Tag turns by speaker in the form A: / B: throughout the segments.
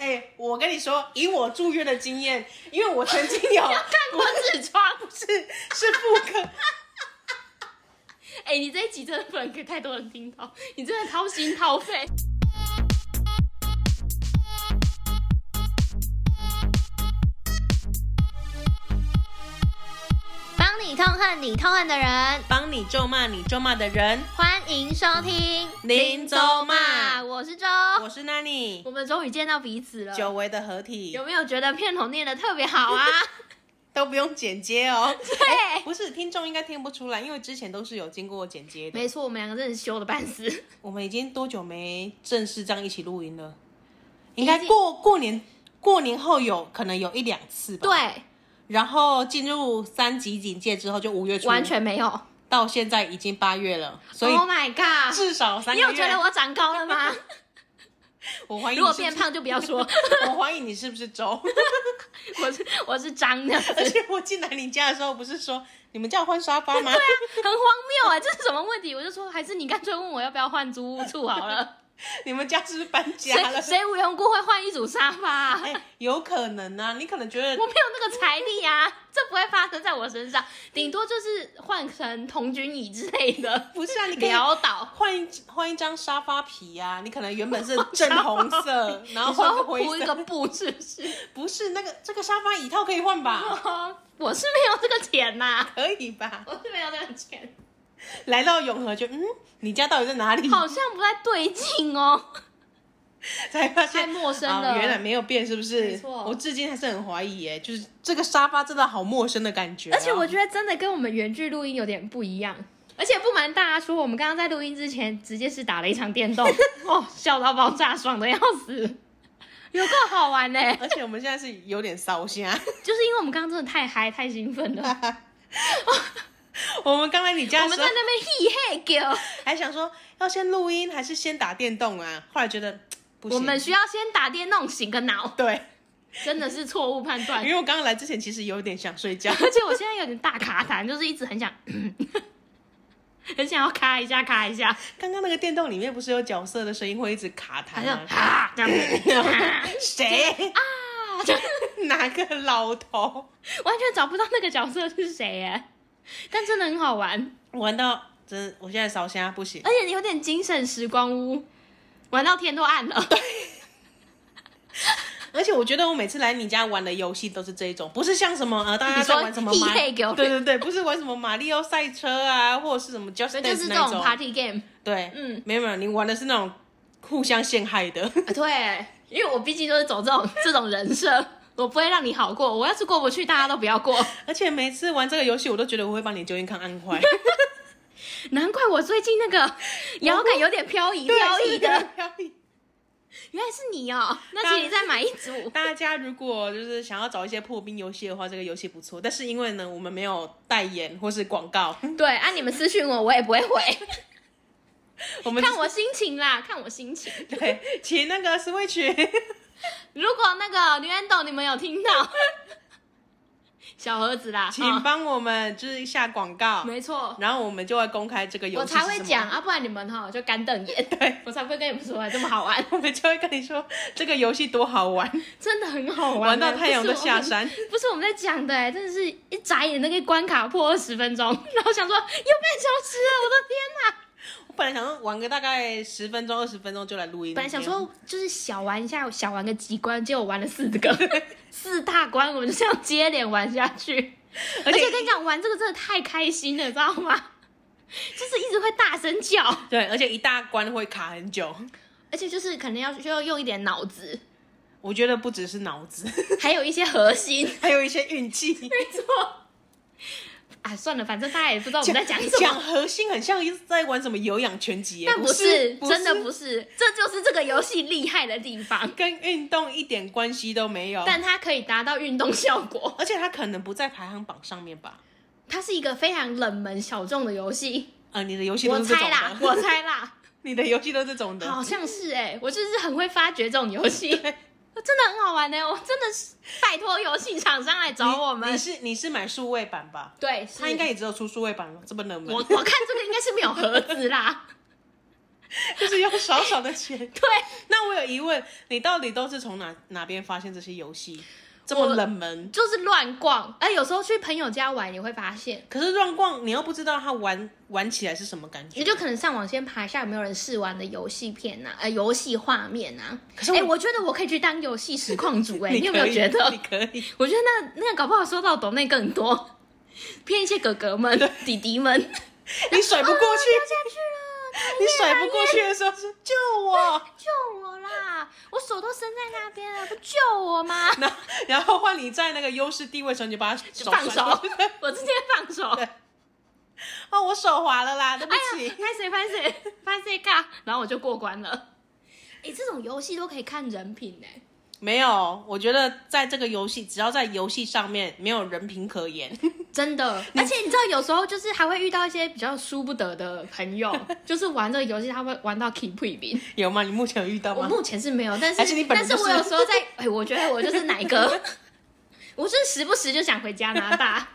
A: 哎我跟你说，以我住院的经验，因为我曾经 有
B: 看过痔疮。
A: 不是是妇科，
B: 哎、你这一集真的不能给太多人听到，你真的掏心掏肺。
C: 帮你痛恨你痛恨的人，
A: 帮你咒骂你咒骂的人，
C: 欢迎收听
A: 林州骂
C: 我是周。
A: 我是 Nanny，
C: 我们终于见到彼此了，
A: 久违的合体
C: 有没有觉得片头念的特别好 啊？
A: 都不用剪接 哦。
C: 对，
A: 不是听众应该听不出来，因为之前都是有经过剪接的。
C: 没错，我们两个真的是羞的半死，
A: 我们已经多久没正式这样一起录音了？应
C: 已
A: 该
C: 经
A: 过过年过年后有可能有一两次吧。，
C: 对，
A: 然后进入三级警戒之后，就五月初，
C: 完全没有。
A: 到现在已经八月了，所以
C: Oh my god！
A: 至少三
C: 你
A: 个月。
C: 有觉得我长高了吗？
A: 我怀疑
C: 如
A: 你
C: 果
A: 是不
C: 变
A: 是，
C: 胖就不要说，
A: 我怀疑你是不是 周？
C: 我是我是 张的，
A: 而且我进来你家的时候，不是说你们家有换沙发吗？
C: 很荒谬哎、这是什么问题？我就说，还是你干脆问我要不要换租屋处 好了。
A: 你们家是不是搬家
C: 谁
A: 了？
C: 谁无缘无故会换一组沙 发、啊？
A: 哎、有可能啊，你可能觉得
C: 我没有那个财力啊，这不会发生在我身上，顶多就是换成童军椅之类的，
A: 不是啊，你可以
C: 潦倒。
A: 换一换一张沙发皮呀、你可能原 本是正红色，然后
C: 你说
A: 换成灰
C: 铺一个
A: 色，
C: 布是不是？
A: 不是那个这个沙发椅套可以换 吧？
C: 我是没有这个钱呐、
A: 可以吧？
C: 我是没有这个钱，
A: 来到永和就嗯，你家到底在哪里？
C: 好像不太对劲哦，
A: 才发
C: 太
A: 现
C: 陌生
A: 啊、
C: 了。
A: 原来没有变，是不是？
C: 没错
A: 我至今还是很怀疑，哎，就是这个沙发真的好陌生的感觉、啊
C: 而且我
A: 得，
C: 觉得真的跟我们原剧录音有点不一样。而且不瞒大家说，我们刚刚在录音之前，直接是打了一场电 动，哦，笑到爆炸，爽的要死，有够好玩呢、
A: 而且我们现在是有点烧 香。
C: 就是因为我们刚刚真的太嗨、太兴奋了，
A: 我们刚来你家
C: 我
A: 的
C: 们
A: 时
C: 在
A: 候
C: 那边嘿嘿狗，
A: 还想说要先录音还是先打电动啊，后来觉得嘖不行，
C: 我们需要先打电动醒个脑，
A: 对，
C: 真的是错误判断
A: 因。为我刚刚来之前其实有点想睡觉。
C: 而且我现在有点大卡痰，就是一直很想， 很想要咔一下咔一下，
A: 刚刚那个电动里面不是有角色的声音会一直卡
C: 好
A: 痰
C: 像
A: 吗？
C: 啊这样子， 啊
A: 谁啊？哪个老头
C: 完全找不到那个角色是谁耶。但真的很好玩，
A: 玩到真？我现在烧香不行，
C: 而且有点精神时光屋，玩到天都暗了。
A: 而且我觉得我每次来你家玩的游戏都是这一种，不是像什么呃，大家
C: 你
A: 在
C: 说
A: 玩什么
C: 地
A: 马，
C: 配给我，
A: 对对对，不是玩什么马里奥赛车啊，或者是什么 Just
C: 所以就
A: Dance
C: 是这
A: 那
C: 种 party game。
A: 对，
C: 嗯，
A: 没有没有，你玩的是那种互相陷害的。
C: 啊对，因为我毕竟就是走这种这种人设，我不会让你好过。我要是过不去，大家都不要过。
A: 而且每次玩这个游戏，我都觉得我会把你的酒健康按 坏，
C: 难怪我最近那个摇杆有点漂移，漂移的，
A: 漂移。
C: 原来是你哦。那
A: 当
C: 请你再买一组。
A: 大家如果就是想要找一些破冰游戏的话，这个游戏不错。但是因为呢，我们没有代言或是广 告，
C: 对，啊，你们私讯我，我也不会回。
A: 我们
C: 看我心情啦，看我心情。
A: 对，请那个 Switch
C: 如果那个刘安董你们有听到， 小盒子啦，
A: 请
C: 嗯
A: 帮我们就是下广告，
C: 没错，
A: 然后我们就会公开这个游
C: 我
A: 戏是
C: 才
A: 什么
C: 会讲，啊，不然你们哈就干瞪 眼。
A: 对，
C: 我才不会跟你们说啊这么好玩，
A: 我们就会跟你说这个游戏多好玩，
C: 真的很 好玩欸，
A: 玩到太阳
C: 不是
A: 都
C: 我
A: 下
C: 们
A: 山。
C: 不是我们在讲的、欸，真的是一眨眼那个关卡破二十分钟， 然后想说又半小时了，我的天！
A: 我 本来想说玩个大概十分钟、二十分钟就来录音，
C: 本来想说就是小玩一下，小玩个几关，结果玩了四个， 四大关，我们就这样接连玩下去。
A: 而
C: 而
A: 且
C: 且跟你讲，玩这个真的太开心了，知道吗？就是一直会大声叫，
A: 对，而且一大关会卡很久。
C: 而且就是可能要需要用一点脑子，
A: 我觉得不只是脑子，
C: 还有一些核心。
A: 还有一些运 气。
C: 没错。啊，算了，反正大家也不知道我们在讲什么
A: 讲。核心很像在玩什么有氧拳击耶，
C: 但不
A: 是
C: 是，
A: 不
C: 真的不是，这就是这个游戏厉害的地方。
A: 跟运动一点关系都没有。
C: 但它可以达到运动效果，
A: 而且它可能不在排行榜上面吧？
C: 它是一个非常冷门小众的游戏。
A: 呃，你的游戏
C: 我
A: 都是这
C: 猜
A: 种
C: 啦，
A: 的，
C: 我猜啦，
A: 你的游戏都是这种的。
C: 好像是哎、我就是很会发掘这种游 戏，真的很好玩呢、我真的是拜托游戏厂商来找我
A: 你你
C: 们。
A: 是你是买数位版吧？
C: 对，是
A: 它应该也只有出数位版了，这么冷门
C: 我。我看这个应该是没有盒子啦，
A: 就是用少少的钱。 对，那我有疑问，你到底都是从哪哪边发现这些游戏这么
C: 我
A: 冷门？
C: 就是乱逛。哎、有时候去朋友家玩，你会发现，
A: 可是乱逛，你又不知道它玩玩起来是什么感觉。
C: 你就可能上网先爬一下有没有人试玩的游戏片呐、呃，游戏画面呐、
A: 可是
C: 哎、
A: 我
C: 我觉得我可以去当游戏实况主哎、你有没
A: 可
C: 有
A: 以
C: 觉得？
A: 你可以？
C: 我觉得那那个搞不好收到抖内更多， 骗一些哥哥们、弟弟们。
A: 你甩不过 去，
C: 哦下去了，
A: 你甩不过去的时候是救我，
C: 救我啦！我手都伸在那边了，不救我 吗？
A: 然后然后换你在那个优势地位的时候，你就把它手
C: 放
A: 甩过
C: 手
A: 去，
C: 我直接放手。
A: 对哦，我手滑了啦，对不
C: 哎
A: 起。
C: 呀，拍谁拍 谁拍谁尬，然后我就过关了。哎、这种游戏都可以看人品哎、
A: 没有，我觉得在这个游戏，只要在游戏上面没有人品可言，
C: 真的。而且你知道，有时候就是还会遇到一些比较输不得的朋 友，就是玩这个游戏，他会玩到 keep 不赢。
A: 有吗？你目前有遇到
C: 我
A: 吗？
C: 目前是没有，但是
A: 还是你本
C: 但
A: 人
C: 是
A: 就是
C: 我有时候在，哎、我觉得我就是奶哥， 我是时不时就想回加拿大。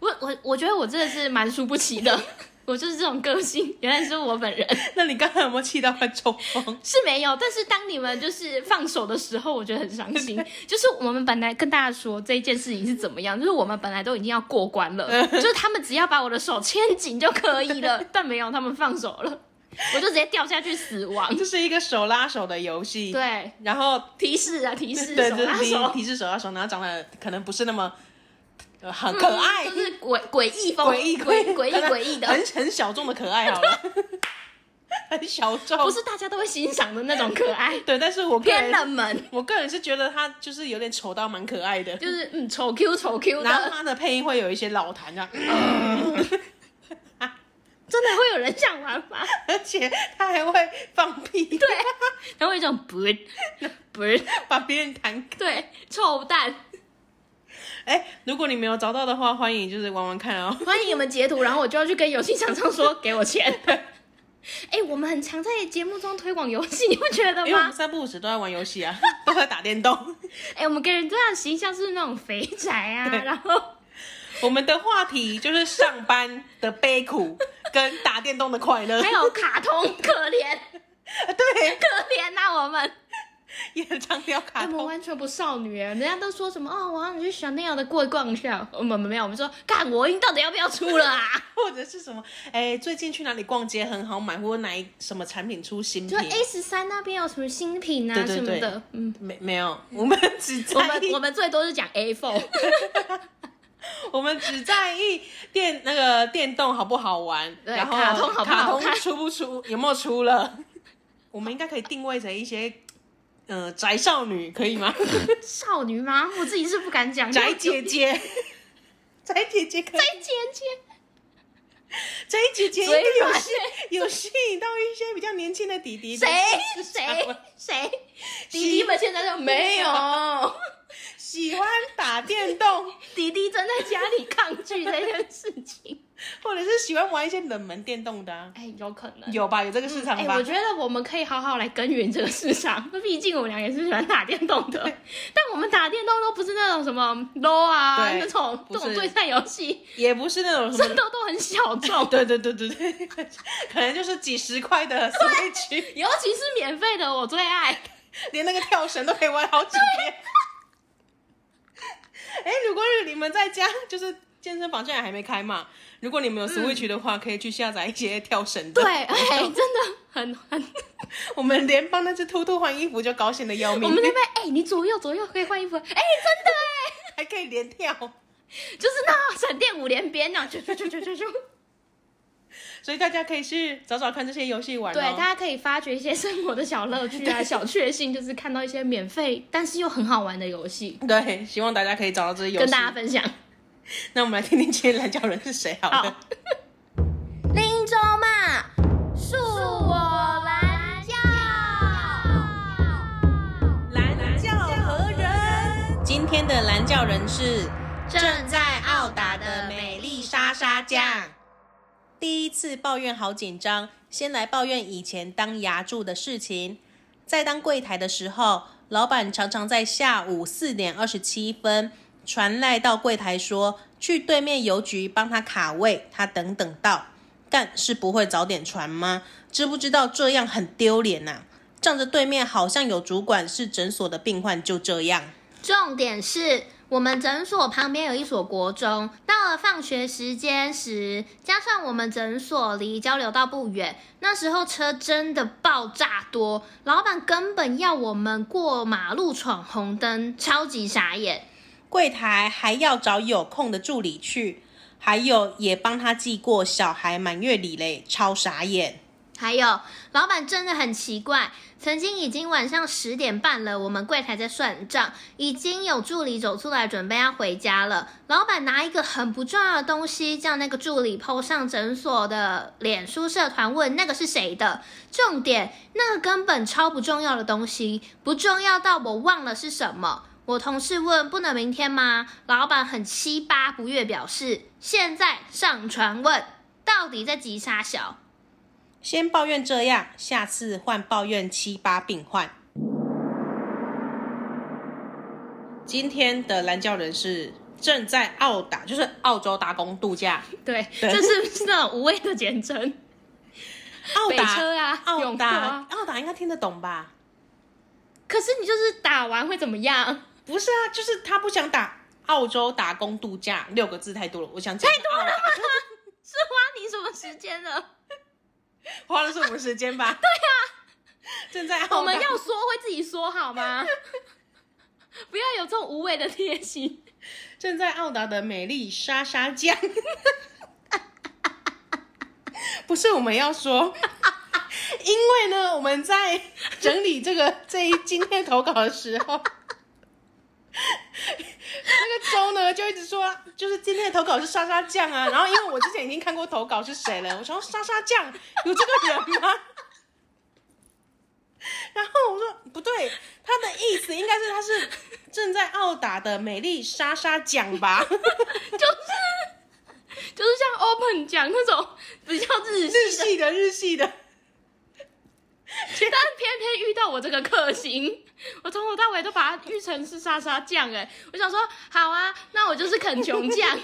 C: 我我我觉得我真的是蛮输不起的，我就是这种个性，原来是我本人
A: 那你刚才有没有气到快中风？
C: 是没有。但是当你们就是放手的时候，我觉得很伤心。就是我们本来跟大家说这一件事情是怎么样，就是我们本来都已经要过关
A: 嗯
C: 了，就是他们只要把我的手牵紧就可以了，但没有，他们放手了，我就直接掉下去 死亡。
A: 这是一个手拉手的游戏，，
C: 对，
A: 然后
C: 提示啊，提示
A: 对，
C: 手
A: 就
C: 拉
A: 是
C: 手
A: 提。提示手拉手，然后长得可能不是那么呃很可爱
C: 嗯就，是诡诡异风，
A: 诡异
C: 诡嗯诡异
A: 可能
C: 诡异的，
A: 很很小众的可爱，好 了，很小众，
C: 不是大家都会欣赏的那种可爱，
A: 对，但是我个
C: 偏
A: 人
C: 冷门，
A: 我个人是觉得他就是有点丑到蛮可爱的，
C: 就是嗯丑 Q 丑 Q
A: 然后
C: 的，
A: 他的配音会有一些老痰这样，
C: 真的会有人想玩吗？
A: 而且他还会放屁，
C: 对，然后有一种不不
A: 把别人弹。
C: 对臭蛋，
A: 哎，如果你没有找到的话，欢迎就是玩玩看哦。
C: 欢迎你们截图，然后我就要去跟游戏厂商说给 我钱。哎，我们很常在节目中推广游戏，你不觉得
A: 因为我们
C: 吗？
A: 三不五时都在玩游戏啊， 都在打电动。
C: 哎，我们给人这样的形象是那种肥宅啊，
A: 对
C: 然后
A: 我们的话题就是上班的悲苦跟打电动的快乐
C: 还。有卡通，可怜
A: 对，
C: 可怜呐、我们。
A: 也很常聊卡
C: 他哎们
A: 通。
C: 完全不少女耶，人家都说什么哦，我让你去小奈尔的过逛一下。哦我们没有，我们说干我音到底要不要出了啊？
A: 或者是什么？哎、最近去哪里逛街很好买，或者哪一什么产品出新
C: 就哎
A: 品？
C: A 十三那边有什么新品啊
A: 对对
C: 什么
A: 对
C: 的，嗯，哎
A: 没没有，我们只在
C: 我们
A: 意
C: 我们最多是讲 A four，
A: 我们只在意电那个电动好不好玩，
C: 对
A: 然后
C: 卡通好不好看
A: 卡通出不出，有没有出了？ 我们应该可以定位成一些，呃，宅少女可以吗？
C: 少女吗？我自己是不敢讲
A: 宅姐姐， 宅姐姐可以
C: 宅，姐姐，
A: 宅姐姐应
C: 嘴
A: 该有
C: 软
A: 吸有吸引到一些比较年轻的弟弟。
C: 谁
A: 就是
C: 谁谁，弟弟们现在就没有，
A: 喜欢打电动，
C: 弟弟正在家里抗拒这件事情，
A: 或者是喜欢玩一些冷门电动的、啊？
C: 哎，有可能。
A: 有吧，有这个市场
C: 哎、
A: 吧？
C: 我觉得我们可以好好来耕耘这个市场， 毕竟我们俩也是喜欢打电动的。但我们打电动都不是那种什么 low 啊，
A: 对
C: 那种
A: 不
C: 这
A: 是
C: 种对战游戏，
A: 也不是那种什
C: 真
A: 么，。
C: 的都很小 众
A: 对对对对对， 可能就是几十块的 Switch，
C: 尤其是免费的，我最爱。
A: 连那个跳绳都可以玩好几 遍。哎，如果是你们在家，就是健身房现在还没开嘛，如果你们有 Switch 的话，可以去下载一些跳绳的。
C: 嗯 对，，哎、真的很很，
A: 我们连帮那只兔兔换衣服就高兴的要
C: 我
A: 命，
C: 们那边哎、你左右左右可以换衣服，哎、真的哎、
A: 还可以连跳。
C: 就是那种闪电五连鞭那种，咻咻咻咻咻咻。
A: 所以大家可以去找找看这些游戏玩、哦。
C: 对，大家可以发掘一些生活的小乐 趣啊，小确幸，就是看到一些免费但是又很好玩的游戏，
A: 对，希望大家可以找到这些游戏。
C: 跟大家分享。
A: 那我们来听听今天蓝角人是谁好了。
C: 好林州嘛，恕我蓝教。
A: 蓝教何人？今天的蓝教人是
C: 正在澳达
A: 呃沙酱。第一次抱怨好紧张，先来抱怨以前当牙柱的事情。在当柜台的时候，老板常常在下午四点二十七分传赖到柜台说，去对面邮局帮他卡位，他等等到。干是不会早点传吗？知不知道这样很丢脸呐？仗着对面好像有主管是诊所的病患，就这样。
D: 重点是我们诊所旁边有一所国中，到了放学时间时，加上我们诊所离交流道不远，那时候车真的爆炸多，老板根本要我们过马路闯红灯，超级傻眼。
A: 柜台还要找有空的助理去，还有也帮他寄过小孩满月礼嘞，超傻眼。
D: 还有，老板真的很奇怪。曾经已经晚上十点半了，我们柜台在算账，已经有助理走出来准备要回家了。老板拿一个很不重要的东西，叫那个助理 PO 上诊所的脸书社团，问那个是谁的。重点，那个根本超不重要的东西，不重要到我忘了是什么。我同事问不能明天吗？老板很七八不悦，表示现在上传问，到底在急啥小？
A: 先抱怨这样，下次换抱怨七八病患。今天的蓝教人是正在澳打，就是澳洲打工度假。
C: 对，
A: 对
C: 这是不是那种无谓的简称？
A: 澳
C: 北
A: 打，
C: 车啊，
A: 澳
C: 永
A: 打，
C: 和啊。
A: 澳打应该听得懂吧？
C: 可是你就是打完会怎么样？
A: 不是啊，就是他不想打澳洲打工度假六个字太多了，我想讲太多了，
C: 是花你什么时间了？
A: 花了是我们时间 吧？对啊，正在澳打
C: 我们要说会自己说好吗？ 不要有这种无谓的贴心。
A: 正在澳达的美丽沙沙酱，不是我们要说，因为呢，我们在整理这个这一今天投稿的时候，那个周呢就一直说，就是今天的投稿是沙沙酱啊，然后因为我之前已经看过投稿是谁了，我想说沙沙酱有这个人吗？ 然后我说不对，他的意思应该是他是正在澳打的美丽莎莎奖 吧，
C: 就是像 Open 讲那种比较日
A: 日
C: 系的，
A: 系的日系的，
C: 但偏偏遇到我这个克星，我从头到尾都把它遇成是莎莎酱哎、我想说好啊，那我就是肯琼 酱，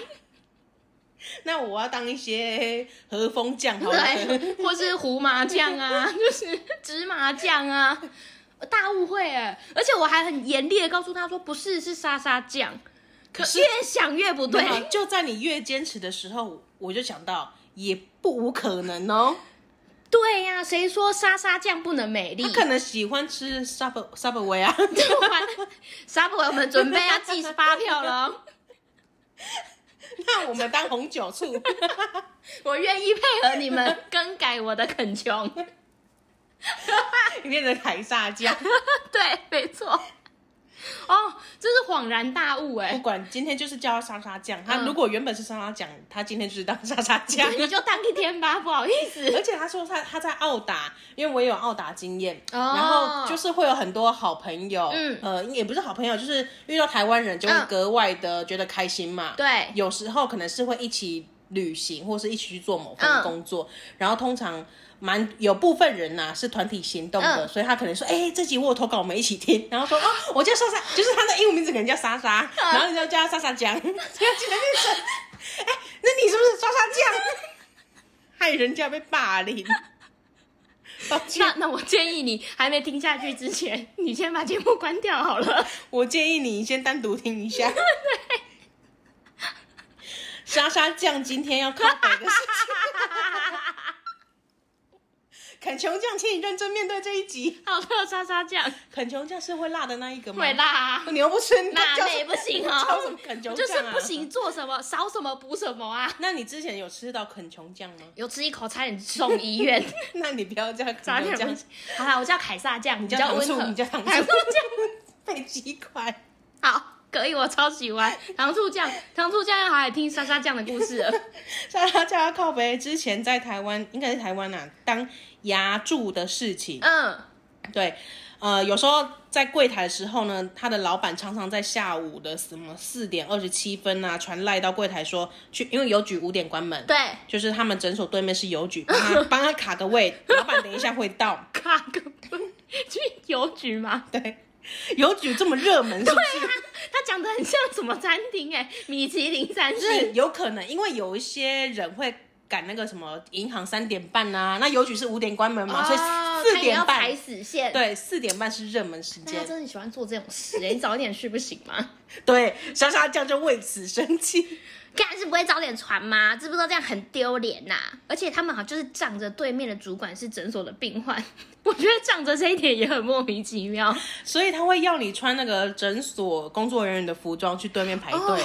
A: 那我要当一些和风酱好了。
C: 对，或是胡麻酱 啊，就是芝麻酱啊，大误会哎、而且我还很严厉的告诉他说不是是莎莎酱，
A: 可是
C: 越想越不对
A: 没，有就在你越坚持的时候，我就想到也不无可能 哦，
C: 对呀、谁说莎莎酱不能美丽
A: 他？啊 可能喜欢吃 sub subway 啊，
C: 莎不，我们准备要寄发票了哦，
A: 那我们当红酒 醋。
C: 我愿意配合你们更改我的肯琼。
A: 变成凯撒酱。
C: 对，没错。哦，真是恍然大悟
A: 不
C: 哎！
A: 管今天就是叫他莎莎酱，他
C: 嗯
A: 如果原本是莎莎酱，他今天就是当莎莎酱。
C: 你就当一天吧，不好意思。
A: 而且他说他他在澳达，因为我也有澳达经验，
C: 哦
A: 然后就是会有很多好朋友，
C: 嗯
A: 呃，也不是好朋友，就是遇到台湾人就会
C: 嗯
A: 格外的觉得开心嘛。
C: 对，
A: 有时候可能是会一起旅行，或是一起去做某份
C: 嗯
A: 工作，然后通常蛮有部分人呐、是团体行动的，
C: 嗯
A: 所以他可能说，哎、这集我有投稿，我们一起听，然后说，哦，我叫莎莎，就是他的英文名字可能叫莎莎，
C: 嗯
A: 然后你就叫他莎莎酱， 这样起来变成，哎、那你是不是莎莎酱？ 害人家被霸凌，抱歉
C: 那，那我建议你还没听下去之前，你先把节目关掉好了。
A: 我建议你先单独听一下。对，莎莎酱今天要靠北的事 情。恳求酱，请你认真面对这一集。
C: 好特莎莎酱，
A: 恳求酱是会辣的那一个吗？
C: 会，辣、啊，
A: 你又不吃，你
C: 辣
A: 叫
C: 妹不行
A: 你 叫什
C: 哦
A: 么，恳求酱、啊？
C: 就是不。行，做什么少什么补什么啊。
A: 那你之前有吃到恳求酱吗？
C: 有吃一口差点送医 院，
A: 那你不要叫
C: 差
A: 恳求酱
C: 点不，好啦，我叫凯撒酱，
A: 你
C: 比
A: 叫
C: 较
A: 糖
C: 温
A: 醋，
C: 和，
A: 你叫糖醋
C: 糖醋酱。
A: 被击垮。
C: 好，可以，我超喜欢糖醋酱。糖醋酱要好好听莎莎酱的故事了。
A: 莎莎叫他靠北之前在台湾，应该是台湾啊，当牙柱的事情。
C: 嗯，
A: 对，呃，有时候在柜台的时候呢，他的老板常常在下午的什么四点二十七分啊，传赖到柜台说去，因为邮局五点关门，
C: 对，
A: 就是他们诊所对面是邮局，帮他帮他卡个位，老板等一下会到。
C: 卡个不去邮局吗？
A: 对，邮局这么热门是不是？
C: 他讲的很像什么餐厅哎、米其林三
A: 就是
C: 星。
A: 有可能，因为有一些人会赶那个什么银行三点半啊，那邮局是五点关门嘛，所
D: 哦
A: 以四
D: 他也
A: 点
D: 要
A: 半
D: 排啊死线。
A: 对四点半是热门时
C: 大家
A: 间。
C: 真的喜欢做这种事、欸，你早一点去不行 吗？
A: 对，莎莎酱就为此生气。
D: 干是不会早点传吗？知不知道这样很丢脸呐？
C: 而且他们好像就是仗着对面的主管是诊所的病患， 我觉得仗着这一点也很莫名其妙。
A: 所以他会要你穿那个诊所工作人员的服装去对面排队。我、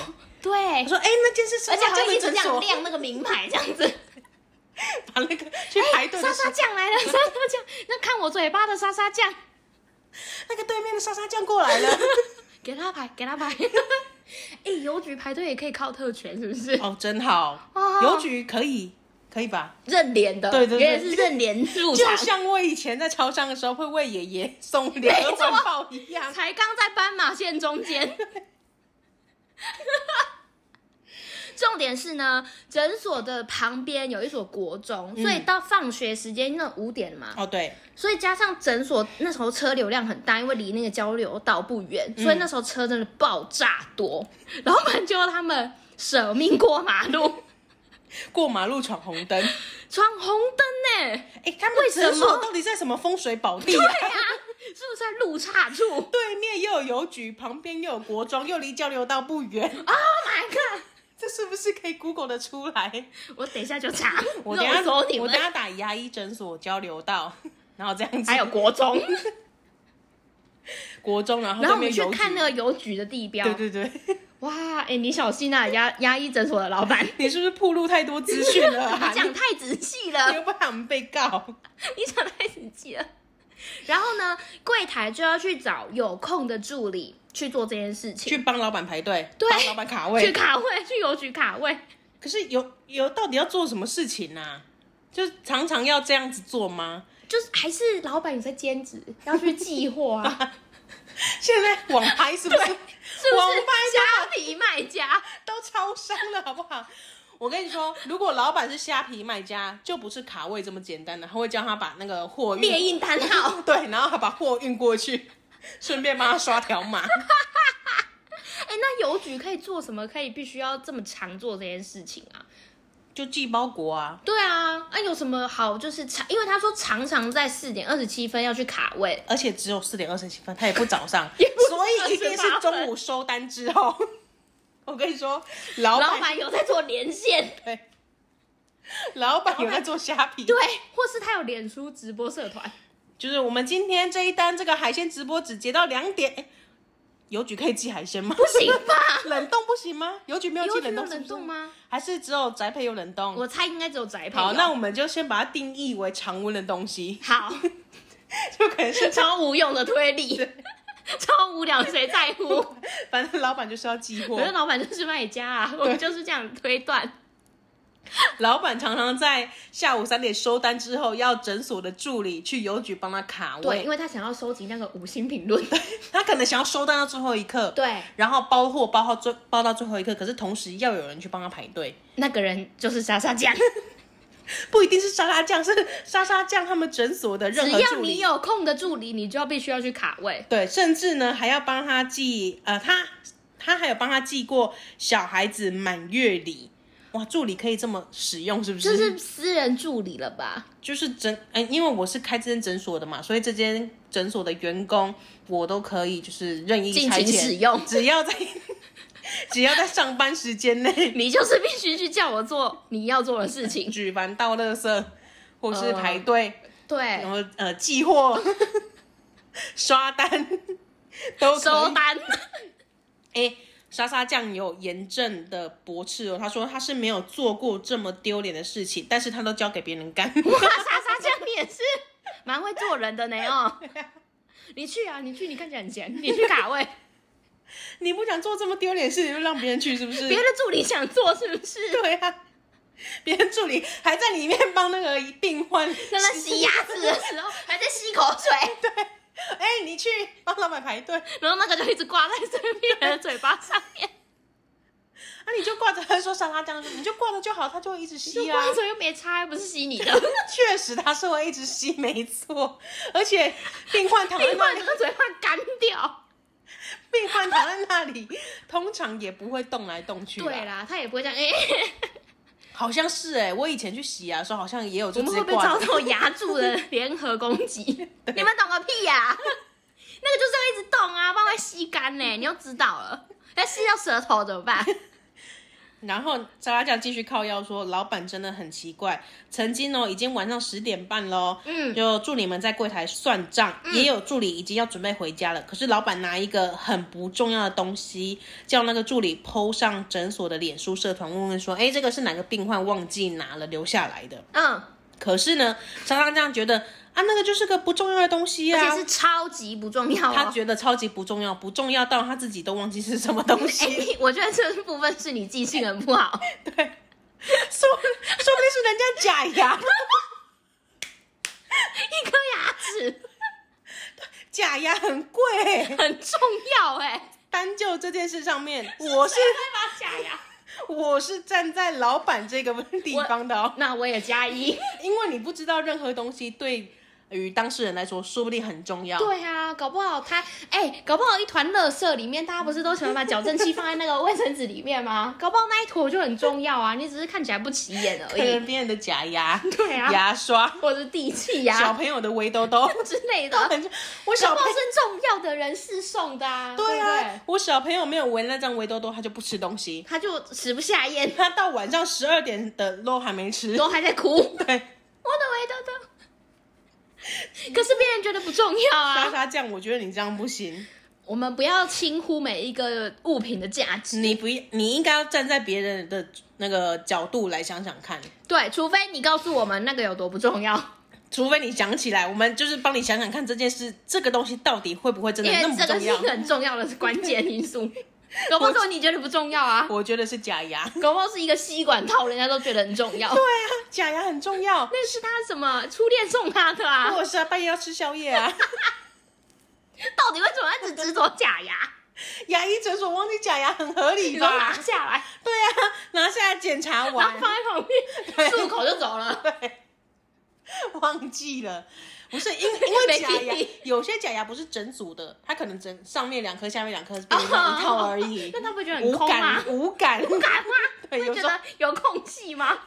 C: 对，
A: 说，哎、那件事是
C: 哦而且还
A: 这
C: 会一
A: 个
C: 直
A: 诊
C: 这样
A: 所
C: 亮那个名牌这样 子。
A: 把那个去排队的
C: 莎
A: 时候
C: 莎酱 来了，莎莎酱，那看我嘴巴的莎莎酱，
A: 那个对面的莎莎酱过来了。
C: 哎给他排，给他排。 哎、邮局排队也可以靠特权，是不是？
A: 哦，真好，
C: 哦
A: 邮局可以，可以吧？
C: 认脸的，
A: 对对对
C: 原来是认脸入
A: 就
C: 场。
A: 像我以前在超商的时候会为爷爷送两个
C: 错
A: 晚报一样。
C: 才刚在斑马线中间，
D: 重点是呢，
C: 诊所的旁边有一所国中，
A: 嗯
D: 所以到放学时间那五点嘛，
A: 哦，对，
D: 所以加上诊所那时候车流量很大，因为离那个交流道不远，
A: 嗯
D: 所以那时候车真的爆炸 多。
C: 老板就要他们舍命过 马路，
A: 过马路闯红灯，哎、
C: 闯红灯呢、
A: 他们
C: 什么
A: 诊所到底在什么风水宝地、啊？
C: 是不是在路岔处？Oh
A: 对面又有邮局，旁边又有国中，又离交流道不远，
C: my god！
A: 这是不是可以 Google 的出来？
C: 我等一下就查，
A: 我等一下
C: 肉搜你
A: 我
C: 们
A: 等一。下打牙医诊所交流道，然后这样子，
C: 还有国中，
A: 国中，然后
C: 然
A: 对
C: 后我们
A: 面
C: 去
A: 邮局，
C: 看那个邮局的地标。
A: 对对对，
C: 哇，哎、你小心啊，牙牙医诊所的老板，
A: 你是不是暴露太多资讯了、 啊？
C: 讲太仔细了。
A: 你又不怕我们被告？
C: 你讲太仔细了。然后呢，柜台就要去找有空的助理去做这件事情，
A: 去帮老板排队，
C: 对
A: 帮老板卡
C: 去
A: 位。
C: 卡位，去邮局卡位。
A: 可是有有到底要做什么事情啊？就是常常要这样子做吗？
C: 就是还是老板有在兼职，要去寄货 啊，
A: 现在网拍是不是？
C: 是不
A: 网
C: 是
A: 拍？
C: 虾皮卖家，
A: 都超商了，好不好？我跟你说，如果老板是虾皮卖家，就不是卡位这么简单的，他会叫他把那个货
C: 列
A: 运
C: 印单 号。
A: 对，然后他把货运过去，顺便帮他刷条码。
C: 哎、那邮局可以做什么？可以必须要这么常做这件事情啊？
A: 就寄包裹啊，
C: 对啊，啊有什么好？就是常，因为他说常常在四点二十七分要去卡位，
A: 而且只有四点二十七分，他也不早上，
C: 也不是
A: 所以一定是
C: 28
A: 中午收单之后。 我跟你说，老
C: 老
A: 板
C: 板有在做连线，
A: 对，老板有在做虾皮，
C: 对，或是他有脸书直播社团。
A: 就是我们今天这一单这个海鲜直播只截到两点。诶邮局可以寄海鲜吗？
C: 不行吧？
A: 冷冻不行吗？邮局没有
C: 邮
A: 寄
C: 局有
A: 冷冻，
C: 冷
A: 是不
C: 冻
A: 是？
C: 吗？哦
A: 还是只有宅配有冷冻？
C: 我猜应该只有宅配有。啊
A: 好，那我们就先把它定义为常温的东西，
C: 好，
A: 就可能是
C: 超无用的推理， 超无聊，谁在 乎？
A: 反正老板就是要寄货
C: 可。是老板就是卖家啊，我们就是这样推断。
A: 老板常常在下午三点收单之后，要诊所的助理去邮局帮他卡
C: 对，因
A: 位，
C: 为他想要收集那个五星评论。
A: 他可能想要收单到最后一刻，
C: 对，
A: 然后包货包到最包到最后一刻，可是同时要有人去帮他排队，
C: 那个人就是莎莎酱，
A: 不一定是沙沙酱，是沙沙酱他们诊所的任
C: 只
A: 何
C: 要
A: 助
C: 你
A: 理。
C: 有空的助理，你就要必须要去卡位。
A: 对，甚至呢还要帮他寄，呃，他他还有帮他寄过小孩子满月礼。哇，助理可以这么使用，是不
C: 这
A: 是？
C: 是私人助理了吧？
A: 就是诊，嗯、因为我是开这间诊所的嘛，所以这间诊所的员工我都可以就是任意
C: 尽
A: 差
C: 情
A: 遣
C: 使用
A: 只要在 只要在上班时间内
C: 你就是必须去叫我做你要做的事情。
A: 举凡倒垃圾或是
C: 嗯
A: 排队。
C: 对
A: 然，后呃寄货、 刷单都可
C: 收
A: 以。
C: 单。
A: 哎，莎莎酱有严正的驳斥哦，他说他是没有做过这么丢脸的事情，但是他都交给别人干。
C: 哇，莎莎酱你也是 蛮会做人的呢哦。 你去啊，你去，你看起来很闲， 你去卡位。
A: 你不想做这么丢脸的事情，就让别人去，是不是？
C: 别的助理想做是不 是？
A: 对啊。别人助理还在里面帮那个病 患，
C: 在那吸牙齿的时候，还在吸口水，
A: 哎、你去帮老板排队，啊，
C: 然后那个就一直挂在这边人的嘴巴上 面，
A: 你就挂着，他说莎莎酱，你就挂着就好，他就会一直吸啊
C: 挂。嘴又没插，又不是吸 你的，
A: 确实他是会一直吸，没错。而且病患躺在
C: 你
A: 那
C: 把
A: 里
C: 整，个嘴巴干掉。
A: 病患躺在那里，通常也不会动来动去。
C: 对
A: 啦，
C: 啦，他也不会这样，哎、
A: 好像是哎、我以前去洗牙的时候好像也有就
C: 我
A: 直
C: 们
A: 接
C: 会被遭
A: 挂着。
C: 到牙柱的联合攻 击，你们懂个屁呀、那个就是要一直动啊，不然会吸干呢、你又知道了，要吸到舌头怎么办？
A: 然后沙拉酱继续靠腰说，老板真的很奇怪，曾经哦已经晚上十点半喽，
C: 嗯，
A: 就助理们在柜台算账，也有助理已经要准备回家了。可是老板拿一个很不重要的东西，叫那个助理 PO 上诊所的脸书社团，问问说：“哎，这个是哪个病患忘记拿了留下来的
C: 嗯，？”
A: 可是呢，常常这样觉得啊，那个就是个不重要的东西
C: 而
A: 啊
C: 且。是超级不重要
A: 他
C: 哦。
A: 觉得超级不重要，不重要到他自己都忘记是什么东西，
C: 哎、 我觉得这部分是你记性很不好，
A: 说说不定是人家假牙，
C: 一颗牙齿
A: 假牙很贵欸、
C: 很重要哎、
A: 单就这件事上面，我是
C: 把假牙，
A: 我是站在老板这个地方的哦。
C: 那我也加一。
A: 因为你不知道任何东西对于当事人来说，说不定很重要。
C: 对啊，搞不好他哎、搞不好一团垃圾里面，大家不是都喜欢把矫正器放在那个卫生纸里面吗？ 搞不好那一坨就很重要啊，你只是看起来不起眼 而
A: 可能
C: 已。
A: 别人的假牙、
C: 对啊，
A: 牙刷、
C: 或者是地契
A: 小
C: 呀、
A: 朋友的围兜兜，
C: 之类的，
A: 都
C: 搞
A: 很 我小
C: 不
A: 朋
C: 好
A: 友。
C: 是重要的人士送的啊，对
A: 对
C: 不
A: 啊
C: 对？，
A: 我小朋友没有围那张围兜兜，他就不吃东西。
C: 他就食不下咽，
A: 他到晚上十二点的肉还没吃，
C: 都还 在哭，我的
A: 对，
C: 围兜兜。可是别人觉得不重要
A: 沙
C: 啊，
A: 沙酱，我觉得你这样不行，
C: 我们不要轻忽每一个物品的价值。
A: 你不，你应该要站在别人的那个角度来想想看，
C: 对，除非你告诉我们那个有多不重要。
A: 除非你想起来，我们就是帮你想想看这件事，这个东西到底会不会真的
C: 因
A: 那
C: 为
A: 么
C: 这个
A: 重
C: 是一
A: 要？
C: 个很重要的关键 因素。搞不好你觉得不重要啊，
A: 我觉得是假牙。
C: 搞不好是一个吸管套，人家都觉得很重要。
A: 对啊，假牙很重要。
C: 那是他什么初恋送他的啊
A: 如？果是啊，半夜要吃宵夜啊，
C: 到底为什么他只执着 假牙？
A: 牙医诊所忘记假牙很合
C: 你
A: 理
C: 都拿
A: 吧？
C: 下来，
A: 对啊，拿下来检查
C: 然后
A: 完，
C: 放在旁边，漱口就走了。
A: 对，忘记了。不 是因因为
C: 没
A: 假牙
C: 意义，
A: 有些假牙不是整组的，它可能整上面两颗，下面两颗是变成一套而已。
C: 那他不觉得很
A: 无
C: 空啊吗
A: 感？无感无
C: 干嘛？
A: 对，
C: 会
A: 有
C: 觉
A: 时候
C: 得有空隙吗？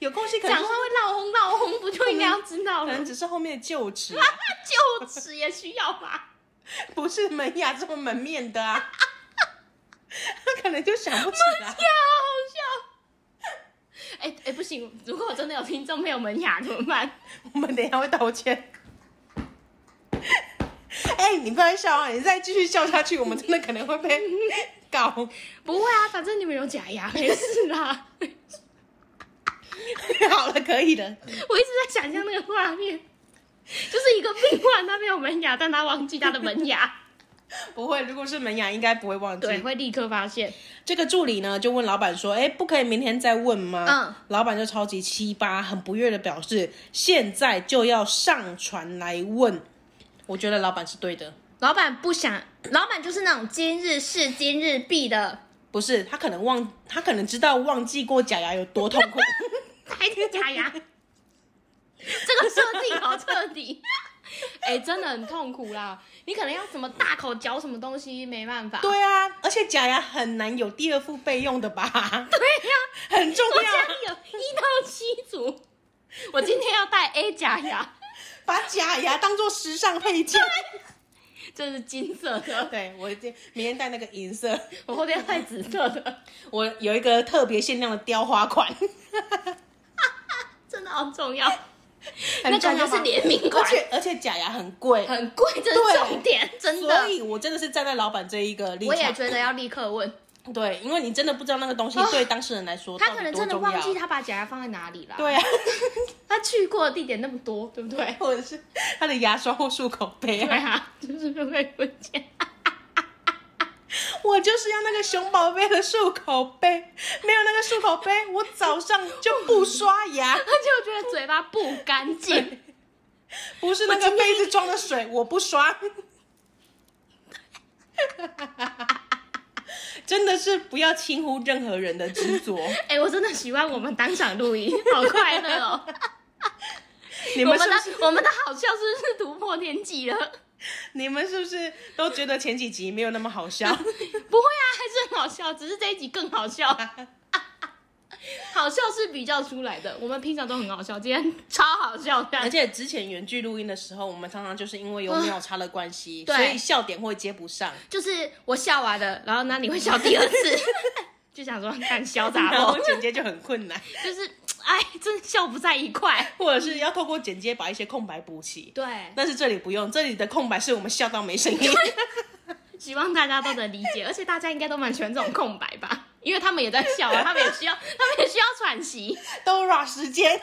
A: 有空隙可能
C: 讲话会闹哄闹哄，不就应该要知道
A: 可
C: 了
A: 能？只是后面的臼 齿啊，
C: 臼齿也需要吧？
A: 不是门牙这么门面的啊，他可能就想不起来。
C: 好笑。哎、哎、不行！如果真的有听众没有门牙怎么办？
A: 我们等一下会道歉。哎、你不要笑啊！你再继续笑下去，我们真的可能会被搞。
C: 不会啊，反正你们有假牙，没事啦。
A: 好了，可以的。
C: 我一直在想象那个画面，就是一个病患他没有门牙，但他忘记他的门牙，
A: 不会，如果是门牙，应该不会忘记。
C: 对，会立刻发现。
A: 这个助理呢，就问老板说：“哎，不可以明天再问吗？”
C: 嗯，
A: 老板就超级七八，很不悦的表示：“现在就要上传来问。”我觉得老板是对的，
C: 老板不想，老板就是那种今日事今日毕的，
A: 不是他可能忘，他可能知道忘记过假牙有多痛 苦。
C: 还是假牙，这个设定好彻底。 哎、真的很痛苦啦！你可能要什么大口嚼什么东西，没办法。
A: 对啊，而且假牙很难有第二副备用的吧？
C: 对啊呀、
A: 很重
C: 我家
A: 要，
C: 里有一到七组，我今天要戴 A 假牙，
A: 把假牙当做时尚配件。
C: 这是金色的，
A: 对我今明天戴那个银色，
C: 我后面要戴紫色的，
A: 我有一个特别限量的雕花 款，
C: 真的好重要。
A: 很
C: 那
A: 重
C: 个
A: 要
C: 还
A: 吗
C: 是联名
A: 而
C: 款，
A: 且而且假牙很贵，
C: 很贵，这是重点，真
A: 所
C: 的。
A: 以我真的是站在老板这一个立
C: 我也
A: 场。
C: 觉得要立刻问，
A: 对，因为你真的不知道那个东西
C: 哦
A: 对当事人来说
C: 他
A: 到
C: 可
A: 底
C: 能
A: 多
C: 真的
A: 重
C: 忘记
A: 要
C: 他把假牙放在哪里啦。，
A: 对 啊，
C: 他去过的地点那么多，对不对？
A: 或者是他的牙刷或漱口杯
C: 对
A: 啊。
C: 啊，就是会问见。
A: 我就是要那个熊宝贝的漱口杯，没有那个漱口杯，我早上就不刷 牙。
C: 而且我觉得嘴巴不干净，
A: 不是那个杯子装的水，我不 刷。真的是不要轻忽任何人的执 着，
C: 哎、我真的喜欢我们当场 录音，好快乐哦！
A: 你
C: 我
A: 们是
C: 们
A: 不是
C: 的我们的好笑是不是突破天际了？
A: 你们是不是都觉得前几集没有 那么好笑？
C: 不会啊，还是很好笑，只是这一集更好笑。 好笑是比较出来的。我们平常都很好笑，今天超好笑这样
A: 而且之前原剧录音的时候，我们常常就是因为有秒差的关系，
C: 对
A: 所以笑点会接不上，
C: 就是我笑完了，然后那你会笑第二次， 哦就想说干笑咋
A: 然后
C: 了？
A: 剪接就很困 难，
C: 就是哎，真的笑不在一块。
A: 或者是要透过剪接把一些空白补齐。
C: 对，
A: 但是这里不用，这里的空白是我们笑到没声音。
C: 希望大家都能理解，而且大家应该都蛮喜欢这种空白吧，因为他们也在笑啊，他们也 需要，他们也需要喘息，
A: Dora 时间，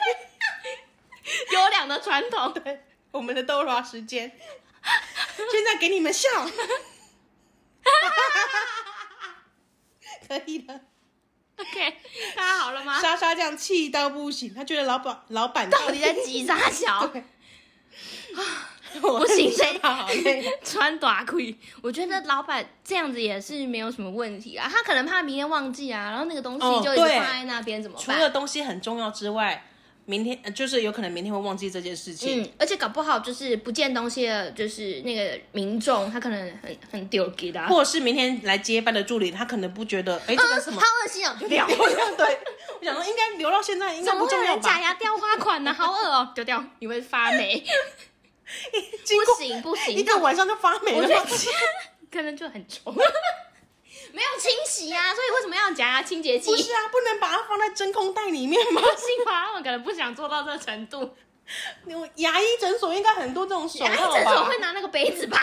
C: 优良的传统。
A: 对，我们的 Dora 时 间，现在给你们笑， 可以的。
C: OK，大家好了吗？
A: 莎莎这样气到不行，她觉得老板老板
C: 到底在急啥小？
A: 对我
C: 不行
A: 真的好 累。
C: 穿短裤，我觉得老板这样子也是没有什么问题啊。他可能怕明天忘记啊，然后那个东西
A: 哦
C: 就一直
A: 对
C: 放在那边怎么
A: 除了
C: 办？
A: 东西很重要之外，明天呃就是有可能明天会忘记这件事情。
C: 嗯，而且搞不好就是不见东西的，就是那个民众他可能很很丢给啊的啊，
A: 或者是明天来接班的助理，他可能不觉得，哎、这个是什么
D: 好恶心哦！
A: 流
C: 啊
A: 量？对，我想说应该留到现在应该
C: 怎么
A: 不
C: 会有
A: 重要
C: 人假
A: 吧？
C: 牙掉花 款呢、好恶哦，丢掉你会发 霉，
A: 经
C: 不
A: 过
C: 行不
A: 一
C: 行，
A: 个晚上就发霉
C: 我
A: 了
C: 觉
A: 吗
C: 得。可能就很臭， 没有清洗啊，所以为什么要有假牙清洁 剂？
A: 不是啊，不能把它放在真空袋里面吗？
C: 不行吧？ 他们可能不想做到这程度，
A: 我牙医诊所应该很 多这种手
C: 然
A: 套
C: 后这种
A: 吧
C: 会？拿那个杯子吧？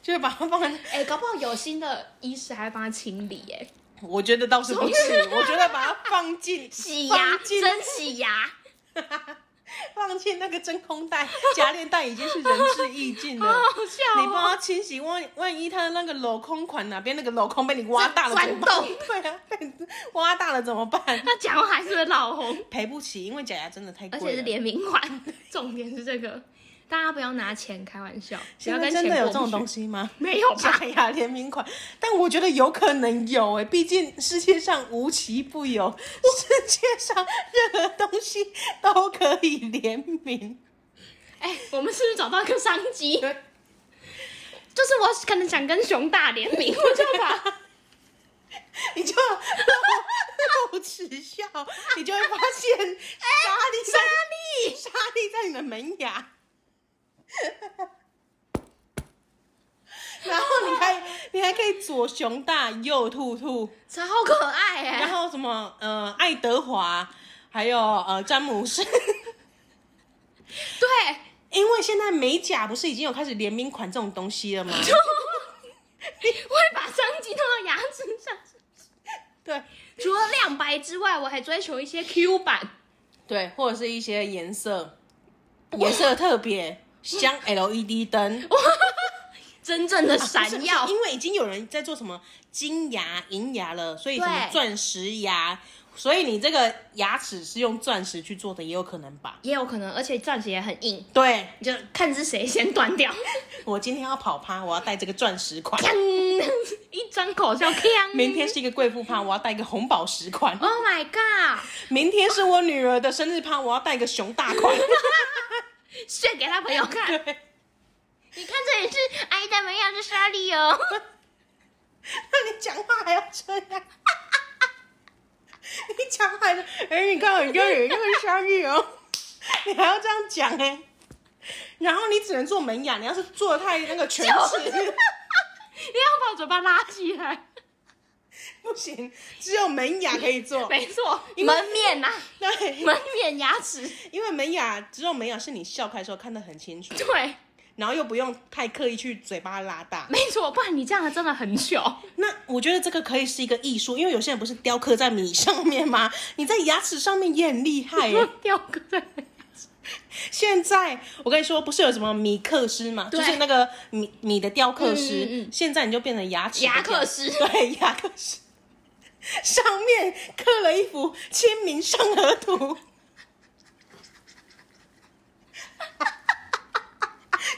A: 就是把它放在，
C: 哎、搞不好有心的医师还会帮他清理、哎，
A: 我觉得倒是不是，我觉得把它放进
C: 洗牙，
A: 放进
C: 真洗牙，
A: 放进那个真空袋、夹链袋已经是仁至义尽
C: 好
A: 了。
C: 好笑、
A: 你帮
C: 哦。
A: 他清洗，万万一他的那个镂空款哪边那个镂空被你挖大了
C: 钻
A: 怎么办？
C: 洞
A: 对啊，被挖大了怎么办？
C: 他讲话还是会老红，
A: 赔不起，因为假牙真的太贵
C: 而
A: 了。
C: 且是联名款，重点是这个，大家不要拿钱开玩笑，不
A: 现
C: 要
A: 在
C: 跟
A: 真
C: 钱
A: 的有
C: 过
A: 这种
C: 不
A: 东
C: 去。
A: 西 吗？
C: 没有吧
A: 假？牙联名款，但我觉得有可能有哎、毕竟世界上无奇不有， 世界上任何东西都可以联名。
C: 哎、我们是不是找到一个商机？
A: 对
C: 就是我可能想跟熊大联名，我就把
A: 你就露露齿笑，你就会发现沙
C: 哎
A: 粒沙粒沙粒在你的门 牙，然后你还你还可以左熊大右兔兔，
C: 超可爱哎、
A: 然后什么呃爱德华，还有呃詹姆斯，
C: 对，
A: 因为现在美甲不是已经有开始联名款这种东西了 吗？
C: 会把商机弄到牙齿上。
A: 对
C: 除了亮白之外，我还追求一些 Q 版。
A: 对，或者是一些颜色颜色特别， 像 LED 灯。
C: 真 正的
A: 不是
C: 闪
A: 不是
C: 耀。
A: 因为已经有人在做什么金牙、银牙了，所以什么
C: 对
A: 钻石牙，所以你这个牙齿是用钻石去做的，也有可能吧？
C: 也有可能，而且钻石也很硬，
A: 对，
C: 你就看是谁先断 掉，
A: 我今天要跑趴，我要戴这个钻石款；
C: 锵，一张口就锵。
A: 明天是一个贵妇趴，我要戴一个红宝石款；
C: ，Oh my god，
A: 明天是我女儿的生日趴，我要戴一个熊大款。
C: 炫给他朋友看，
A: 对，
D: 你看这里是埃德梅亚是莎莉哦，
A: 那你讲话还要这样？你讲话还是，哎、你看我这里这个鲨鱼哦，你还要这样讲哎、然后你只能做门牙，你要是做得太那个全齿，
C: 你要把我嘴巴拉起来。
A: 不行，只有门牙可以做。
C: 没错，
A: 为
C: 门面呐、
A: 对，
C: 门面牙齿，
A: 因为门牙只有门牙是你笑开的时候看得很清楚，
C: 对，
A: 然后又不用太刻意去嘴巴拉大。
C: 没错，不然你这样真的很糗。
A: 那我觉得这个可以是一个艺术，因为有些人不是雕刻在米上面吗？ 你在牙齿上面也很厉
C: 哎
A: 害 耶、
C: 掉个在
A: 现在我跟你说，不是有什么米克师嘛，
C: 对
A: 就是那个米米的雕刻师。
C: 嗯嗯嗯
A: 现在你就变成 牙齿的雕
C: 牙克师
A: 对牙克师，上面刻了一幅《清明上河图》。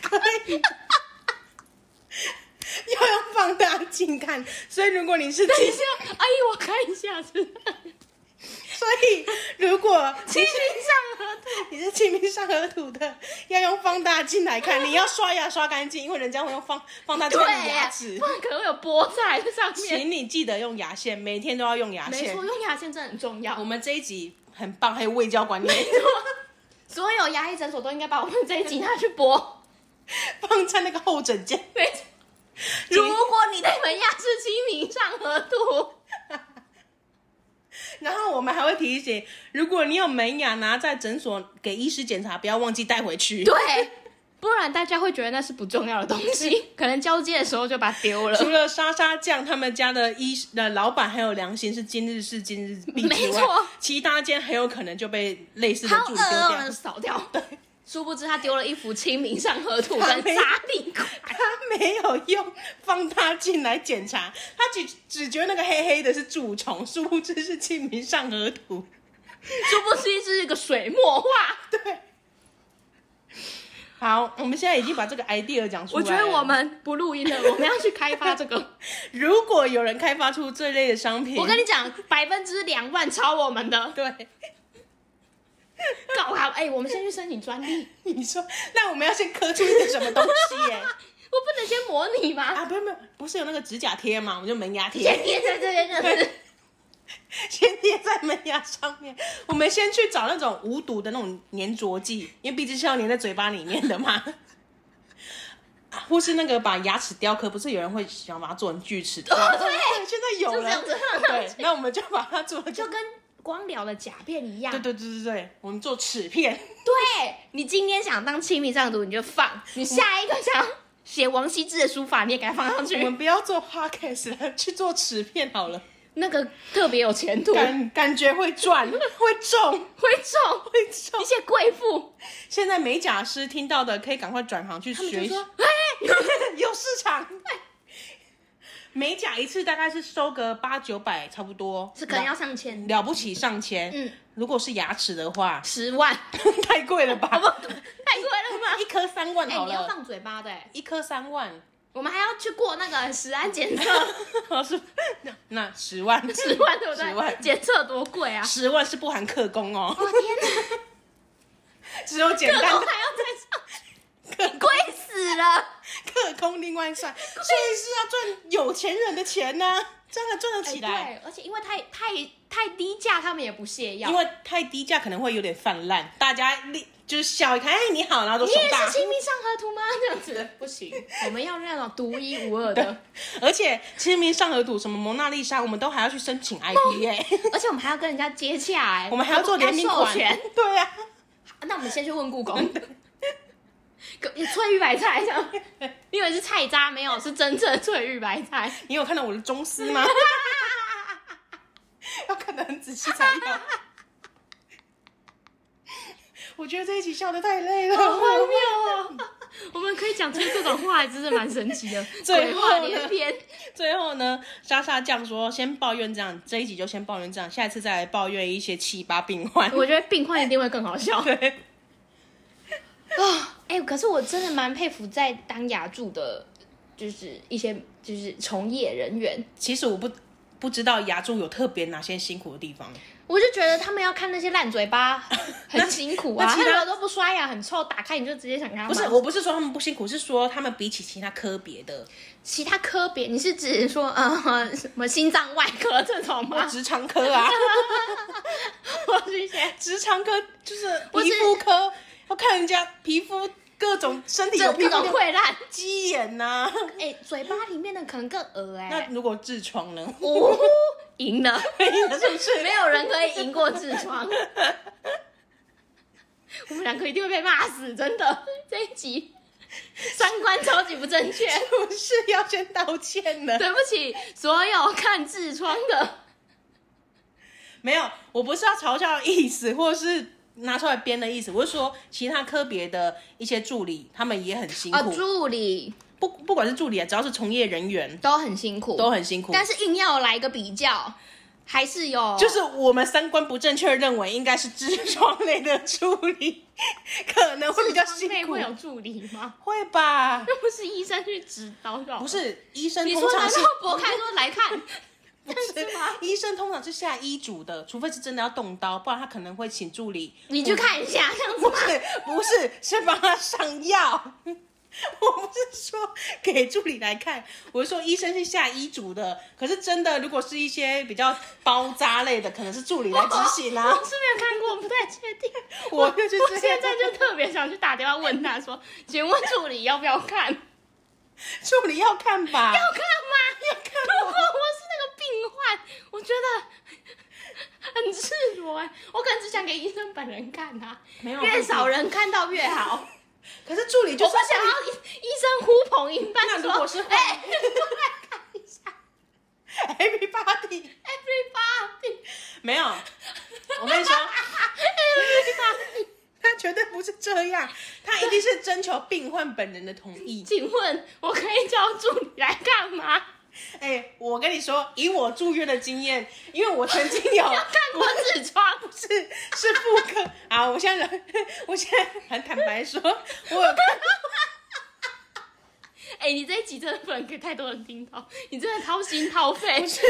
A: 可以， 要用放大 镜看，所以如果你是近
C: 哎等一下，阿姨，我看一下子。
A: 所以如果清明上河图，你是清明上河图的，要用放大镜来看，你要刷牙刷干净，因为人家会用放放大镜看你
E: 对
A: 牙
E: 呀，
A: 齿
E: 不。然可能会有菠菜在上面。
A: 请你记得用牙线，每天都要用牙
C: 没
A: 线
C: 错，。用牙线真的很重
A: 我
C: 要。
A: 们这一集很棒，还有卫教 观念，
C: 所有牙医诊所都应该把我们这一集拿去播。
A: 放在那个后枕间。
C: 没错，如果你的门牙是清明上河图，
A: 然后我们还会提醒，如果你有门牙拿在诊所给医师检查，不要忘记带回去。
C: 对，不然大家会觉得那是不重要的东 西，可能交接的时候就把它丢了。
A: 除了莎莎酱他们家的医呃老板还有良心是今日事今日 毕之
C: 没
A: 外
C: 错，
A: 其他间很有可能就被类似的
C: 好
A: 助
C: 恶
A: 理丢
C: 哦，
A: 掉
C: 人。扫掉。殊不知他丢了一幅《清明上河图》
A: 他
C: 跟
A: 没
C: 沙 地块，
A: 他没有用放大镜来检查，他只只觉得那个黑黑的是蛀虫，殊不知是清明上河图。
C: 殊不知是一个水墨画。
A: 好，我们现在已经把这个 idea 讲出
C: 我
A: 来
C: 觉得
A: 了
C: 我们不录音了，我们要去开发这个。
A: 如果有人开发出这类的商品，
C: 我跟你讲，百分之两万超我们的，
A: 对。
C: 搞好！哎、我们先去申请专 利，
A: 你说，那我们要先刻出一个什么东西耶、
C: 我不能先模拟吗？
A: 啊，不是不是，不是有那个指甲贴吗？我们就门 牙贴，
C: 先贴在这边就是
A: 先贴在门牙上面。我们先去找那种无毒的那种粘着剂，因为毕竟是要粘在嘴巴里面的嘛。啊或是那个把牙齿雕刻，不是有人会想把它做成锯齿雕？对，现在有
C: 就这
A: 了
C: 样。子，
A: 对，那我们就把它做成，
C: 就跟光疗的假变一样
A: 对。对对对对，我们做齿片。
C: 对，你今天想当清明上毒，你就放；你下一个想要写王羲之的书法，你也给它放上
A: 我
C: 去。
A: 们不要做 podcast 了，去做齿片好了，
C: 那个特别有前途，会
A: 感感觉会赚，会中，
C: 中
A: 会中
C: 一。些贵妇。
A: 现在美甲师听到的，可以赶快转行去学习，
C: 啊
A: 有市场。美甲一次大概是收个八九百，差不多，
C: 是可能要上千、，
A: 了不起上千。嗯，如果是牙齿的话
C: 十万，
A: 太贵了 吧？
C: 太贵了吧？
A: 一颗三万
C: 哎、
A: 好
C: 你要
A: 了，
C: 放嘴巴的、哎
A: 一颗三 万，
C: 我们还要去过那个食安检测，
A: 是那那十万，
C: 十万对不对？
A: 十万
C: 检测多贵啊！
A: 十万是不含客工哦，
C: 我天哪，
A: 只有简
C: 各
A: 单
C: 种
A: 的
C: 还要 再上，
A: 客工
C: 贵死了！
A: 客工另外算，所以是要赚有钱人的钱呢、这样才赚得起来。
C: 哎对，而且因为太太太低价，他们也不屑要。
A: 因为太低价可能会有点泛滥，大家立就是笑一看，哎，你好，然后都
C: 你
A: 手
C: 也
A: 大
C: 是。亲密上河图 吗？这样子不行，我们要那种独一无 二的，
A: 而且清明上河图什么蒙娜丽莎，我们都还要去申请 IP 哎、
C: 而且我们还要跟人家接洽、哎，
A: 我们还要做联名
C: 授
A: 款
C: 权。。
A: 对啊 呀、
C: 那我们先去问故 宫，你翠玉白菜 这样，你以为是菜渣没有？是真正的翠玉白 菜。
A: 你有看到我的中丝 吗？要看得很仔细才有。我觉得这一集笑得太累了，
C: 谬哦！我们可以讲出这种话，真是蛮神奇的，
A: 最
C: 鬼
A: 后呢
C: 话连篇。
A: 最后呢，莎莎酱说先抱怨这样，这一集就先抱怨这样，下一次再来抱怨一些奇葩病患。
C: 我觉得病患一定会更好笑。
A: 对，
C: 哎、可是我真的蛮佩服在当牙柱的，就是一些就是从业人员，
A: 其实我不不知道牙柱有特别哪些辛苦的地方。
C: 我就觉得他们要看那些烂嘴 巴很辛苦啊，
A: 那其
C: 他
A: 他
C: 们都不刷牙，很臭，打开你就直接想跟他
A: 不是，
C: 骂
A: 我不是说他们不辛苦，是说他们比起其他科别的
C: 其他科别，你是指说呃什么心脏外科这种吗？
A: 直肠科 啊，
C: 或是一些
A: 直肠科就是
C: 我
A: 皮
C: 只
A: 肤科，要看人家皮肤各种身体有哦
C: 这
A: 皮
C: 各
A: 肤
C: 种溃烂，
A: 鸡眼呐、
C: 哎、嘴巴里面的可能更恶 哎、
A: 啊那如果痔疮呢？
C: 哦，赢了，
A: 是不 是
C: 没有人可以赢过痔疮。 我们两个一定会被骂死，真的。这一集三观超级不正 确，
A: 不是要先道歉呢？
C: 对不起，所有看痔疮的。
A: 没有，我不是要嘲笑的意思，或是拿出来编的意思，我是说其他科别的一些助理，他们也很辛
C: 哦，
A: 苦，
C: 助理
A: 不不管是助理啊，只要是从业人员
C: 都很辛苦，
A: 都很辛苦。
C: 哦但是哦硬要来个比较，还是有，
A: 就是我们三观不正确，认为应该是痔疮类的处理， 可能会比较辛苦，
C: 会有助理吗？
A: 会吧？
C: 那不是医生去指导就好
A: 不，是，医生
C: 你
A: 通
C: 说
A: 常
C: 难
A: 是
C: 道博开说来看
A: 是医生通常是下医嘱的，除非是真的要动刀，不然他可能会请助理。
D: 你去看一下，这样子
A: 不是不是，是帮他上药。我不是说给助理来看，我是说医生是下医嘱的。可是真的，如果是一些比较包扎类的，可能是助理来执行啊。
C: 我是没有看过，我不太确定。
A: 我就是
C: 我
A: 这样
C: 现，在就特别想去打电话问 他说：“请问助理要不要看？”
A: 助理要看吧。
C: 要看吗？如果我是那个病患，我觉得很赤裸、欸，我可能只想给医生本人看啊，
A: 没有
C: 越少人看到越好。
A: 可是助理 就
C: 我
A: 是哎
C: 不想要医医生呼朋引伴
A: 那如
C: 说
A: 果是换
C: 哎， 过来看一下
A: everybody
C: everybody，
A: 没有。我跟你 说，他绝对不是这样，他一定是征求病患本人的同意。
C: 请问我可以叫助理来干嘛？
A: 哎、我跟你说，以我住院的经验，因为我曾 经有
C: 看过痔疮，
A: 是是妇科啊，我现在我现在很坦白说，我有看
C: 哎、你这一集真的不能给太多人听到，你真的掏心掏肺，而且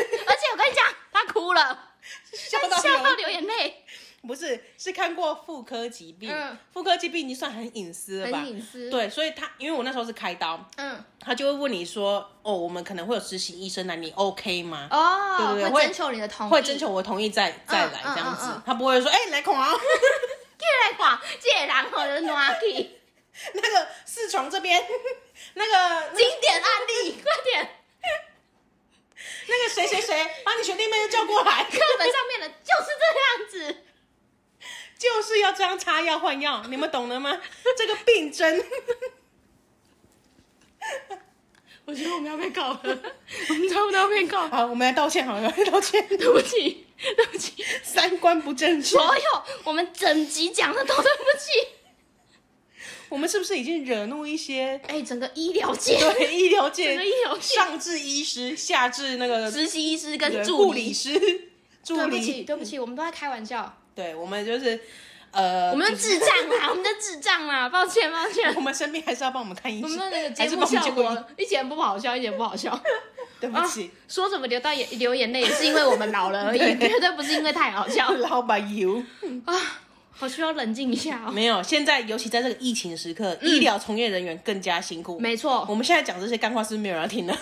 C: 我跟你讲，他哭了，
A: 笑到 哦
C: 笑到
A: 流，
C: 流眼泪，
A: 不是是看过妇科疾病，
C: 嗯
A: 妇科疾病已经算很隐私了吧
C: 很？隐私。
A: 对，所以他因为我那时候是开刀，
C: 嗯，
A: 他就会问你说，哦，我们可能会有实习医生来，啊你 OK 吗？
C: 哦，
A: 对对对
C: 会
A: 会
C: 征求你的同意，
A: 会征求我同意再再来
C: 嗯
A: 这样子，
C: 嗯嗯
A: 他不会说，哎、来孔啊，
C: 借来管，借然后的暖气，
A: 那个四床这边，那个那个
C: 经典案例，快点，
A: 那个谁谁谁，把你学弟妹都叫过来。
C: 课本上面的就是这样子，
A: 就是要这样擦药换药，你们懂了 吗？这个病症，
C: 我觉得我们要被告了，我们差不多要被告，
A: 好，我们来道歉，好了， 来道歉，
C: 对不起，对不起，
A: 三观不正确。
C: 所有我们整集讲的都对不起，
A: 我们是不是已经惹怒一些
C: 哎，整个医疗界，
A: 对医疗
C: 整
A: 界
C: 个医疗界，
A: 上至医师，下至那个
C: 实习医师
A: 人
C: 跟
A: 护
C: 助
A: 理
C: 理，
A: 师、助
C: 对不
A: 理？
C: 起，对不起，我们都在开玩笑，
A: 对，我们就是呃，
C: 我们就
A: 就是
C: 智障啦，我 们就智障啦，抱歉，抱歉
A: 我。们生病还是要 帮我们看医
C: 我
A: 生
C: 们，的那个
A: 还
C: 节
A: 是
C: 目
A: 帮我们
C: 效
A: 结果。
C: 果一点不好笑，一点不好笑。啊
A: 对不起，
C: 说什么流到眼流眼泪，也是因为我们老了而已，
A: 对
C: 绝对不是因为太好笑了。
A: 老板油
C: 啊，好需要冷静一下哦。嗯
A: 没有。现在尤其在这个疫情时刻，医疗从业人员更加辛苦。
C: 没
A: 我
C: 错，
A: 们现在讲这些干话是不是没有人要听的。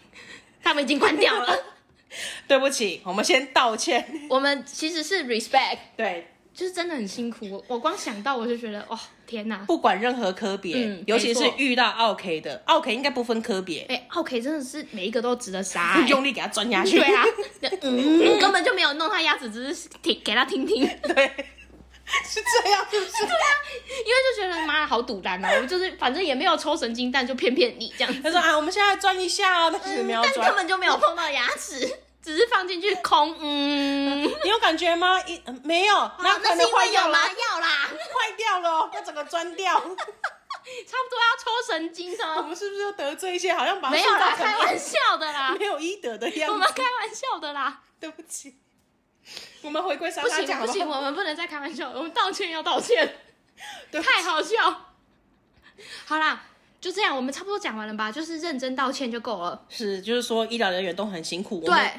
C: 他们已经关掉了。
A: 对不起，我们先道歉。
C: 我们其实是 respect，
A: 对，
C: 就是真的很辛苦。我我光想到我就觉得，哇、天哪！
A: 不管任何科别，
C: 嗯
A: 尤其是
C: 没错
A: 遇到奥 K 的，奥 K 应该不分科别，
C: 哎、o k 真的是每一个都值 得杀、哎
A: 用力给他钻下去。
C: 对啊，嗯，根本就没有弄他鸭子，只是听给他听听，因 为
A: 对，是这样，是不是？
C: 就觉得妈好堵然啊！我就是反正也没有抽神经蛋，就骗骗你这样子。
A: 他说啊，我们现在钻一下哦，但是没有
C: 嗯但
A: 钻
C: 根。本就没有碰到牙齿，只是放进去空。嗯，
A: 你有感觉吗？一呃没有，
C: 啊
A: 那可
D: 那
A: 能
D: 是因
A: 坏
D: 为
A: 掉了，
D: 有麻药啦。
A: 坏掉了哦，要整个钻掉。
C: 差不多要抽神经
A: 我
C: 的，
A: 们是不是又得罪一些好像把它
C: 没
A: 塑
C: 有啦，
A: 造
C: 开玩
A: 成
C: 笑的啦，
A: 没有医德的样
C: 我们
A: 子？
C: 开玩笑的啦，
A: 对不起，我们回归沙
C: 不
A: 沙
C: 行
A: 讲好
C: 不行，
A: 好？
C: 我们不能再开玩笑，我们道歉要道歉，
A: 对不起
C: 太好笑。好啦，就这样，我们差不多讲完了吧，就是认真道歉就够了。
A: 是，就是说医疗人员都很辛苦，我
C: 对，
A: 们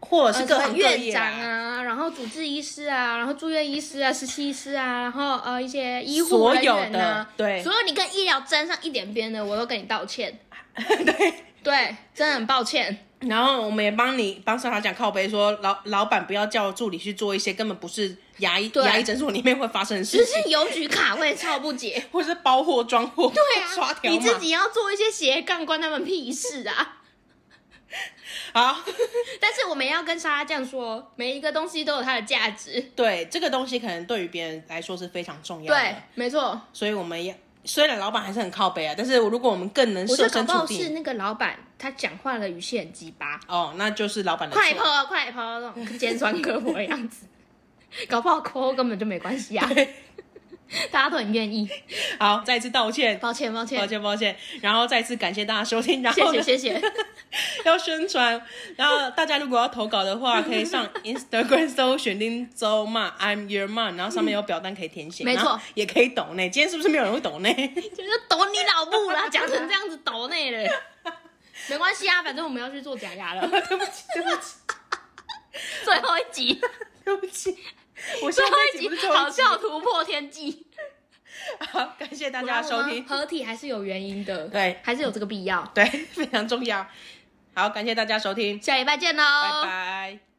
A: 或者
C: 呃
A: 是各
C: 什么
A: 行各
C: 院
A: 业
C: 长
A: 啦
C: 啊，然后主治医师啊，然后住院医师啊，实习医师啊，然后呃一些医护
A: 所
C: 人
A: 有
C: 员
A: 的
C: 啊，
A: 对
C: 所有你跟医疗沾上一点边的，我都跟你道歉。
A: 对。
C: 对，真的很 抱歉。
A: 然后我们也帮你帮莎莎讲靠背说，老老板不要叫助理去做一些根本不是牙医
C: 对
A: 牙医诊所里面会发生的事
C: 只
A: 情，
C: 是邮局卡位超不 解，
A: 或者是包货装货，对
C: 啊
A: 刷条码。
C: 你自己要做一些斜杠，关他们屁事啊！
A: 好，
C: 但是我们也要跟莎莎这样说，每一个东西都有它的价值。
A: 对这个东西可能对于别人来说是非常重要的，
C: 对，没错。
A: 所以我们也虽然老板还是很靠背啊，但是如果我们更能
C: 我
A: 设
C: 就搞
A: 身
C: 不
A: 处
C: 好是
A: 地，
C: 那个老板，他讲话的语气很鸡巴，
A: 哦，那就是老板的
C: 快
A: 错。
C: 抛快抛那种尖酸刻薄的样子，搞不好抠根本就没关系啊，大家都很愿意。
A: 好，再次道歉，
C: 抱歉，抱歉，
A: 抱歉抱歉，然后再次感谢大家收听，然
C: 谢
A: 后
C: 谢，
A: 呢
C: 谢谢。
A: 要宣传，然后大家如果要投稿的 话，可以上 Instagram 搜选丁周嘛，I'm your mom，然后上面有表单可以填写，
C: 嗯没错，
A: 也可以抖内。今天是不是没有人会 抖内？
C: 就是抖你老母啦，讲成 这样子抖内嘞，没关系啊，反正我们要去做假牙了。
A: 对不起，对不起，
C: 最后一集，
A: 对不起，我
C: 最
A: 现
C: 后
A: 在
C: 一
A: 集不是
C: 集
A: 最后
C: 好
A: 一集
C: 笑突破天际，
A: 好，感谢大
B: 大
A: 家收听，
B: 合体还是有原因的，
A: 对
B: 还是有这个必要。
A: 对，非常重要。好，感谢大家收听，
D: 下礼拜见喽，
A: 拜拜。